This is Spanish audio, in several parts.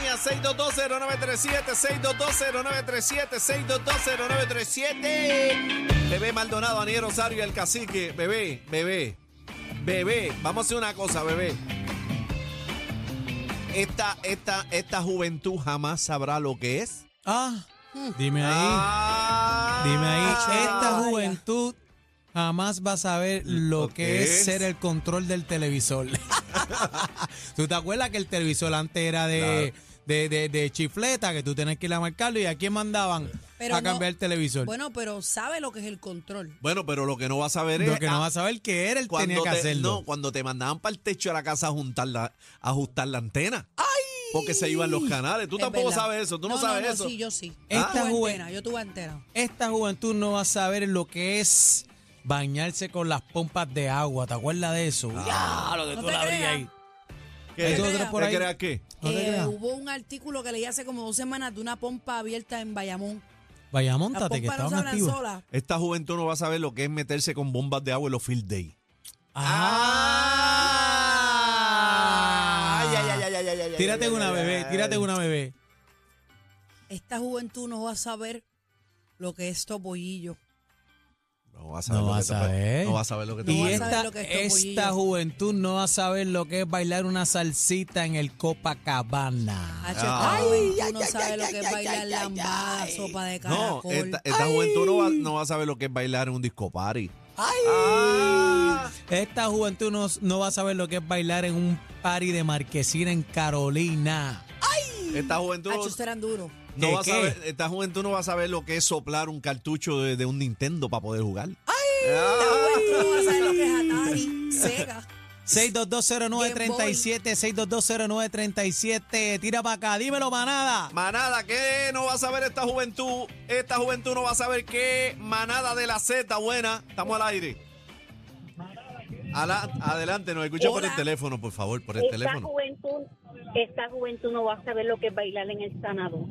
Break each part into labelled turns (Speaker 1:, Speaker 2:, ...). Speaker 1: 6220937, 6220937, 6220937. Bebé Maldonado, Aniel Rosario y el cacique. Bebé, bebé, bebé. Vamos a hacer una cosa, bebé. Esta, esta, esta juventud jamás sabrá lo que es.
Speaker 2: Ah, dime ahí.
Speaker 1: Hmm. Ah,
Speaker 2: Dime ahí, esta
Speaker 1: ah,
Speaker 2: juventud jamás va a saber lo que es
Speaker 1: es?
Speaker 2: ser el control del televisor. ¿Tú te acuerdas que el televisor antes era de, de, de- de chifleta, que tú tenías que ir a marcarlo y a quién mandaban
Speaker 3: Pero
Speaker 2: a
Speaker 3: no-
Speaker 2: cambiar el televisor?
Speaker 3: Bueno, pero sabe lo que es el control.
Speaker 1: Bueno, pero lo que no va a saber es
Speaker 2: lo que no
Speaker 1: ah,
Speaker 2: va a saber que era, él tenía
Speaker 1: cuando
Speaker 2: que
Speaker 1: te,
Speaker 2: hacerlo.
Speaker 1: No, cuando te mandaban para el techo de la casa a juntar la, a ajustar la antena. ¡Ay! Porque se iban los canales. Tú
Speaker 3: Es
Speaker 1: tampoco
Speaker 3: verdad.
Speaker 1: sabes eso. Tú no, sabes eso. Ah,
Speaker 3: Sí, yo sí.
Speaker 2: Esta
Speaker 3: yo tuve
Speaker 2: juve-
Speaker 3: antena, yo tuve antena.
Speaker 2: Esta juventud no va a saber lo que es bañarse con las pompas de agua. ¿Te acuerdas de eso? Ya, lo de
Speaker 3: No
Speaker 2: tú
Speaker 3: te
Speaker 2: la abrías
Speaker 3: creas.
Speaker 2: ahí.
Speaker 1: ¿Qué?
Speaker 2: Eso
Speaker 3: creas.
Speaker 2: por
Speaker 1: ¿Te
Speaker 2: ahí.
Speaker 1: creas qué?
Speaker 2: No te
Speaker 3: Eh,
Speaker 2: creas.
Speaker 3: hubo un artículo que leí hace como dos semanas de una pompa abierta en Bayamón.
Speaker 2: Vaya,
Speaker 3: Las
Speaker 2: montate, que
Speaker 3: pompas no
Speaker 2: estaban
Speaker 3: se abran
Speaker 2: activos.
Speaker 3: solas.
Speaker 1: Esta juventud no va a saber lo que es meterse con bombas de agua en los field day.
Speaker 2: Ah.
Speaker 1: Ay, ay, ay, ay, ay, ay, ay,
Speaker 2: Tírate
Speaker 1: ay,
Speaker 2: una
Speaker 1: ay,
Speaker 2: bebé,
Speaker 1: ay.
Speaker 2: tírate una bebé.
Speaker 3: Esta juventud no va a saber lo que es topollillo.
Speaker 1: No va a saber.
Speaker 2: No
Speaker 1: lo
Speaker 2: va
Speaker 1: que
Speaker 2: a
Speaker 1: te-
Speaker 2: saber.
Speaker 1: No va a saber lo que te
Speaker 2: Y
Speaker 3: va a
Speaker 1: pasa.
Speaker 3: saber
Speaker 2: esta,
Speaker 3: lo que es topollillo.
Speaker 2: esta juventud no va a saber lo que es bailar una salsita en el
Speaker 1: Ah.
Speaker 2: Copacabana.
Speaker 3: Hacho, esta juventud no sabe lo que es bailar lambada, sopa de
Speaker 1: No,
Speaker 3: caracol.
Speaker 1: esta, esta juventud no va, no va a saber lo que es bailar en un disco party.
Speaker 2: ¡Ay! Esta juventud no, no va a saber lo que es bailar en un party de marquesina en Carolina.
Speaker 1: Esta juventud
Speaker 3: Hacho, ustedes eran duros.
Speaker 1: no
Speaker 2: ¿Qué,
Speaker 1: va a
Speaker 2: qué?
Speaker 1: saber, esta juventud no va a saber lo que es soplar un cartucho de, de un Nintendo para poder jugar. Ah.
Speaker 3: Esta juventud no va a saber lo que es Atari, Sega.
Speaker 2: 6220937, 6220937, tira para acá, dímelo manada.
Speaker 1: Manada, ¿qué no va a saber esta juventud? Esta juventud no va a saber qué manada de la Z, buena. Estamos al aire. Ala- adelante, nos escucha por
Speaker 3: Hola.
Speaker 1: el teléfono, por favor, por el
Speaker 4: Esta
Speaker 1: teléfono.
Speaker 4: juventud, esta juventud no va a saber lo que es bailar en el sanador.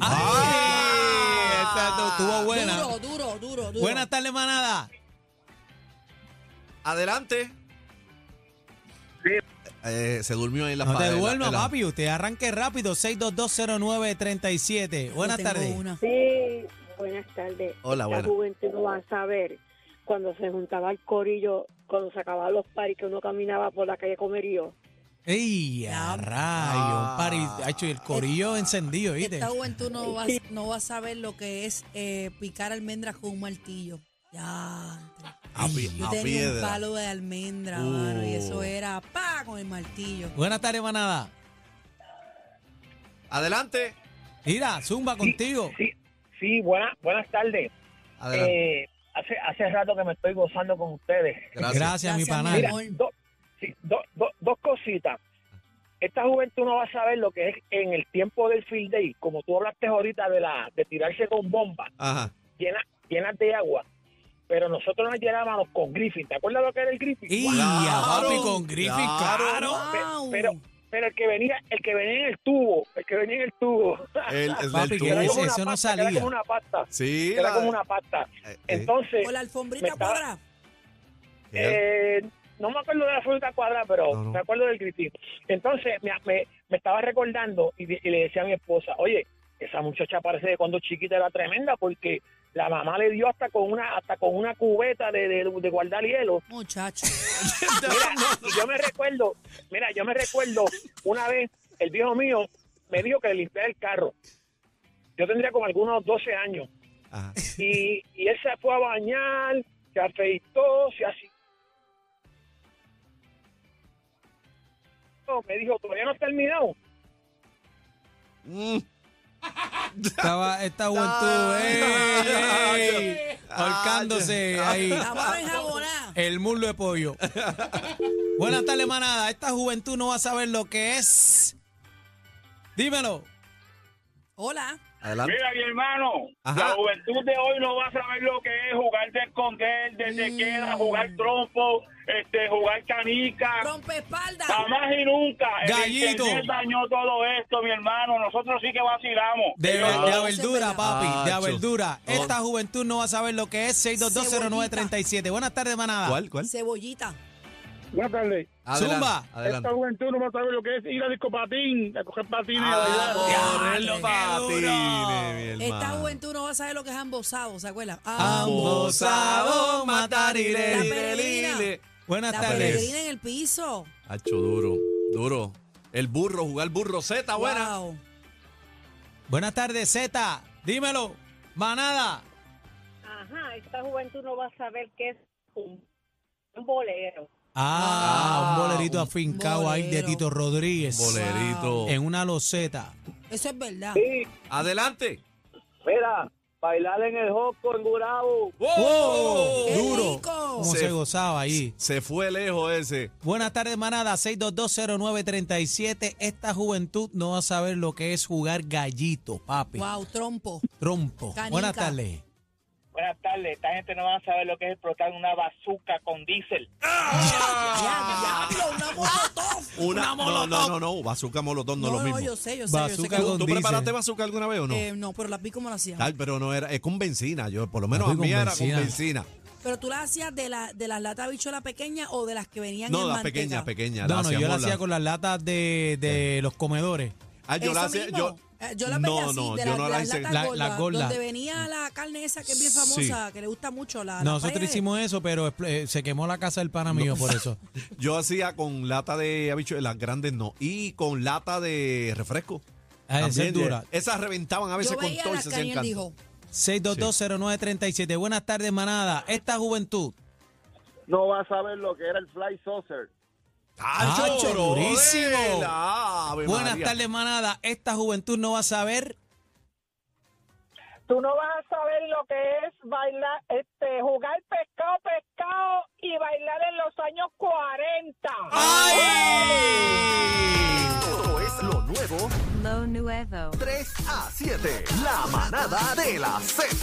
Speaker 2: ¡Ay! Esa estuvo buena.
Speaker 3: Duro, duro, duro, duro.
Speaker 2: Buenas tardes, manada.
Speaker 1: Adelante. Eh, se durmió ahí en la
Speaker 2: No
Speaker 1: pa-
Speaker 2: te
Speaker 1: en la-
Speaker 2: duermas,
Speaker 1: en la-
Speaker 2: papi. Usted arranque rápido. 6220937.
Speaker 3: Yo
Speaker 2: Buenas
Speaker 3: tengo
Speaker 2: tardes.
Speaker 3: una.
Speaker 4: Sí, buenas tardes.
Speaker 1: Hola,
Speaker 4: esta
Speaker 1: buenas.
Speaker 4: juventud no va a saber cuando se juntaba el corillo, cuando se acababan los paris, que uno caminaba por la calle Comerío.
Speaker 2: ¡Ey, a
Speaker 3: Ya.
Speaker 2: rayo! Un pari- ha hecho el corillo encendido, ¿viste?
Speaker 3: Esta juventud no va, a- no va a saber lo que es eh, picar almendras con un martillo. Ya.
Speaker 1: A pi-
Speaker 3: Yo
Speaker 1: a
Speaker 3: tenía un
Speaker 1: piedra.
Speaker 3: palo de almendra, mano, y
Speaker 1: Uh.
Speaker 3: eso era pa con el martillo.
Speaker 2: Buenas tardes, manada.
Speaker 1: Adelante.
Speaker 2: Mira, zumba contigo.
Speaker 5: Sí, sí buena- buenas tardes.
Speaker 1: Adelante.
Speaker 5: Eh, hace, hace rato que me estoy gozando con ustedes.
Speaker 1: Gracias.
Speaker 2: Gracias, mi
Speaker 3: Gracias,
Speaker 2: pana.
Speaker 3: mi
Speaker 5: Mira,
Speaker 3: amor.
Speaker 5: do- sí, do- do- dos cositas. Esta juventud no va a saber lo que es en el tiempo del field day, como tú hablaste ahorita de la de tirarse con bombas
Speaker 1: Ajá.
Speaker 5: llenas llenas de agua, pero nosotros nos llenábamos con Griffin. ¿Te acuerdas lo que era el Griffin?
Speaker 2: ¡Y
Speaker 1: Claro,
Speaker 2: a papi con Griffin,
Speaker 1: claro.
Speaker 2: claro!
Speaker 5: Pe-
Speaker 3: Wow.
Speaker 5: Pero, pero el que venía el que venía en el tubo, el que venía en el tubo.
Speaker 1: El, el
Speaker 2: Papi,
Speaker 1: del
Speaker 2: ¿qué
Speaker 1: tubo.
Speaker 5: Era como
Speaker 2: dices? Eh, Eso
Speaker 5: una
Speaker 2: no
Speaker 5: pasta,
Speaker 2: salía.
Speaker 5: que Era como una pasta.
Speaker 1: Sí,
Speaker 5: que Era
Speaker 1: la-
Speaker 5: como una pasta.
Speaker 1: eh, eh,
Speaker 5: Entonces,
Speaker 3: O la
Speaker 5: me
Speaker 3: alfombrita
Speaker 5: estaba-
Speaker 3: cuadrada.
Speaker 1: eh,
Speaker 5: Eh, no me acuerdo de la fruta cuadrada, pero
Speaker 1: No, no.
Speaker 5: me acuerdo del gritín. Entonces me, me- me estaba recordando y, de- y le decía a mi esposa, oye, esa muchacha parece de cuando chiquita era tremenda porque la mamá le dio hasta con una hasta con una cubeta de, de- de guardar hielo.
Speaker 3: Muchacho.
Speaker 5: Mira, y yo me recuerdo, mira, yo me recuerdo una vez el viejo mío me dijo que le limpiara el carro. Yo tendría como algunos 12 años
Speaker 1: eh, ajá.
Speaker 5: y, y él se fue a bañar, se afeitó, se así. Me dijo, todavía no has terminado.
Speaker 1: Mm.
Speaker 2: Estaba esta juventud, ey, ey, Ahorcándose ahí.
Speaker 3: La mano enjabonada.
Speaker 2: El muslo de pollo. Buenas tardes, manada. Esta juventud no va a saber lo que es. Dímelo.
Speaker 3: Hola.
Speaker 1: Adelante.
Speaker 6: Mira, mi hermano,
Speaker 1: Ah. Ajá.
Speaker 6: la juventud de hoy no va a saber lo que es jugar de esconder, desde
Speaker 3: Mm.
Speaker 6: que era jugar trompo, este, jugar canica.
Speaker 3: Rompe espalda.
Speaker 6: Jamás y nunca. El
Speaker 2: Gallito.
Speaker 6: internet dañó todo esto, mi hermano. Nosotros sí que vacilamos.
Speaker 2: De,
Speaker 6: Ellos
Speaker 3: Ah.
Speaker 2: de
Speaker 6: no.
Speaker 2: a verdura, papi, de a
Speaker 1: Acho.
Speaker 2: verdura.
Speaker 1: Oh.
Speaker 2: Esta juventud no va a saber lo que es 6220937. Buenas tardes, manada.
Speaker 1: ¿Cuál? ¿Cuál?
Speaker 3: Cebollita.
Speaker 7: Buenas tardes.
Speaker 1: Adelante,
Speaker 2: Zumba.
Speaker 1: Adelante.
Speaker 7: Esta juventud no va a saber lo que es ir a discopatín, a coger patines. a
Speaker 1: Ah,
Speaker 7: bailar.
Speaker 1: por
Speaker 2: diablo,
Speaker 1: el
Speaker 2: qué
Speaker 1: patine, mi
Speaker 3: Esta
Speaker 1: hermano.
Speaker 3: juventud no va a saber lo que es ambosado, ¿se acuerdan?
Speaker 2: Ambosado, matar y le-
Speaker 3: La
Speaker 2: le-
Speaker 3: peregrina.
Speaker 1: le-
Speaker 2: Buenas
Speaker 3: La
Speaker 2: tardes.
Speaker 3: peregrina en el piso.
Speaker 1: Hacho, duro, duro. El burro, jugar burro Z, buena.
Speaker 3: Wow.
Speaker 2: Buenas tardes, Z. Dímelo, manada.
Speaker 4: Ajá, esta juventud no va a saber qué es un, un bolero.
Speaker 2: Ah,
Speaker 1: Ah,
Speaker 2: un bolerito
Speaker 1: un
Speaker 2: afincado ahí de
Speaker 3: bolero.
Speaker 2: Tito Rodríguez.
Speaker 1: Bolerito.
Speaker 2: En una loseta.
Speaker 3: Eso es verdad.
Speaker 5: Sí,
Speaker 1: Adelante.
Speaker 5: mira, bailar en el Joco, en Gurabo.
Speaker 2: ¡Wow!
Speaker 3: ¡Qué
Speaker 2: Duro.
Speaker 3: rico!
Speaker 2: Como
Speaker 1: Se-
Speaker 2: se gozaba ahí.
Speaker 1: Se fue lejos ese.
Speaker 2: Buenas tardes, manada. 6220937. Esta juventud no va a saber lo que es jugar gallito, papi.
Speaker 3: Wow, trompo.
Speaker 2: Trompo.
Speaker 3: Canica.
Speaker 2: Buenas tardes.
Speaker 6: Buenas tardes. Esta gente no va a saber lo que es explotar una bazuca con diésel.
Speaker 3: Ya, diablo, una molotov.
Speaker 1: Ah. Una, no, no, no, no. Bazooka molotón no, es lo mismo.
Speaker 3: yo sé, yo sé. yo sé
Speaker 2: Bazooka
Speaker 3: que-
Speaker 2: con-
Speaker 1: ¿Tú
Speaker 2: Dice.
Speaker 1: preparaste bazooka alguna vez o no?
Speaker 3: Eh, no, pero las vi como las hacían.
Speaker 1: Tal, pero no era, es con benzina, yo por lo menos
Speaker 2: Papi,
Speaker 1: a
Speaker 2: con
Speaker 1: mí era con
Speaker 2: benzina.
Speaker 1: benzina.
Speaker 3: Pero tú las hacías de, la, de las latas bichola pequeñas o de las que venían
Speaker 1: No,
Speaker 3: en
Speaker 1: la
Speaker 3: manteca.
Speaker 1: pequeña, pequeña.
Speaker 2: No, no, yo la
Speaker 1: hacíamos
Speaker 2: hacía con las latas de, de los comedores.
Speaker 1: Ah, yo
Speaker 3: Eso
Speaker 1: la hacía,
Speaker 3: mismo.
Speaker 1: yo,
Speaker 3: Eh, yo las
Speaker 1: no,
Speaker 3: veía así,
Speaker 1: no,
Speaker 3: de
Speaker 1: yo
Speaker 3: la-
Speaker 1: no la
Speaker 3: las
Speaker 1: hice.
Speaker 3: latas
Speaker 2: La-
Speaker 3: gordas,
Speaker 2: la gorda.
Speaker 3: donde venía la carne esa que es bien
Speaker 1: Sí.
Speaker 3: famosa, que le gusta mucho. La, la
Speaker 2: Nosotros
Speaker 3: playa.
Speaker 2: hicimos eso, pero expl- eh, se quemó la casa del pana mío por eso.
Speaker 1: yo hacía con lata de habichuelas grandes, no, y con lata de refresco.
Speaker 2: Ah, esa es
Speaker 1: También,
Speaker 2: dura.
Speaker 1: Esas reventaban a veces
Speaker 3: Yo
Speaker 1: con
Speaker 3: veía
Speaker 1: todo y
Speaker 3: las
Speaker 1: se
Speaker 3: que alguien
Speaker 1: hacían
Speaker 3: dijo,
Speaker 2: 6220937. Buenas tardes, manada. Esta juventud.
Speaker 7: No va a saber lo que era el fly saucer.
Speaker 1: ¡Tacho,
Speaker 2: Tacho,
Speaker 1: brother!
Speaker 2: durísimo.
Speaker 1: La Ave
Speaker 2: Buenas
Speaker 1: María.
Speaker 2: tardes, manada. Esta juventud no va a saber.
Speaker 4: Tú no vas a saber lo que es bailar, este, jugar pescado, pescado y bailar en los años 40.
Speaker 8: Esto es lo nuevo. Lo nuevo. 3 a 7. La manada de la Z.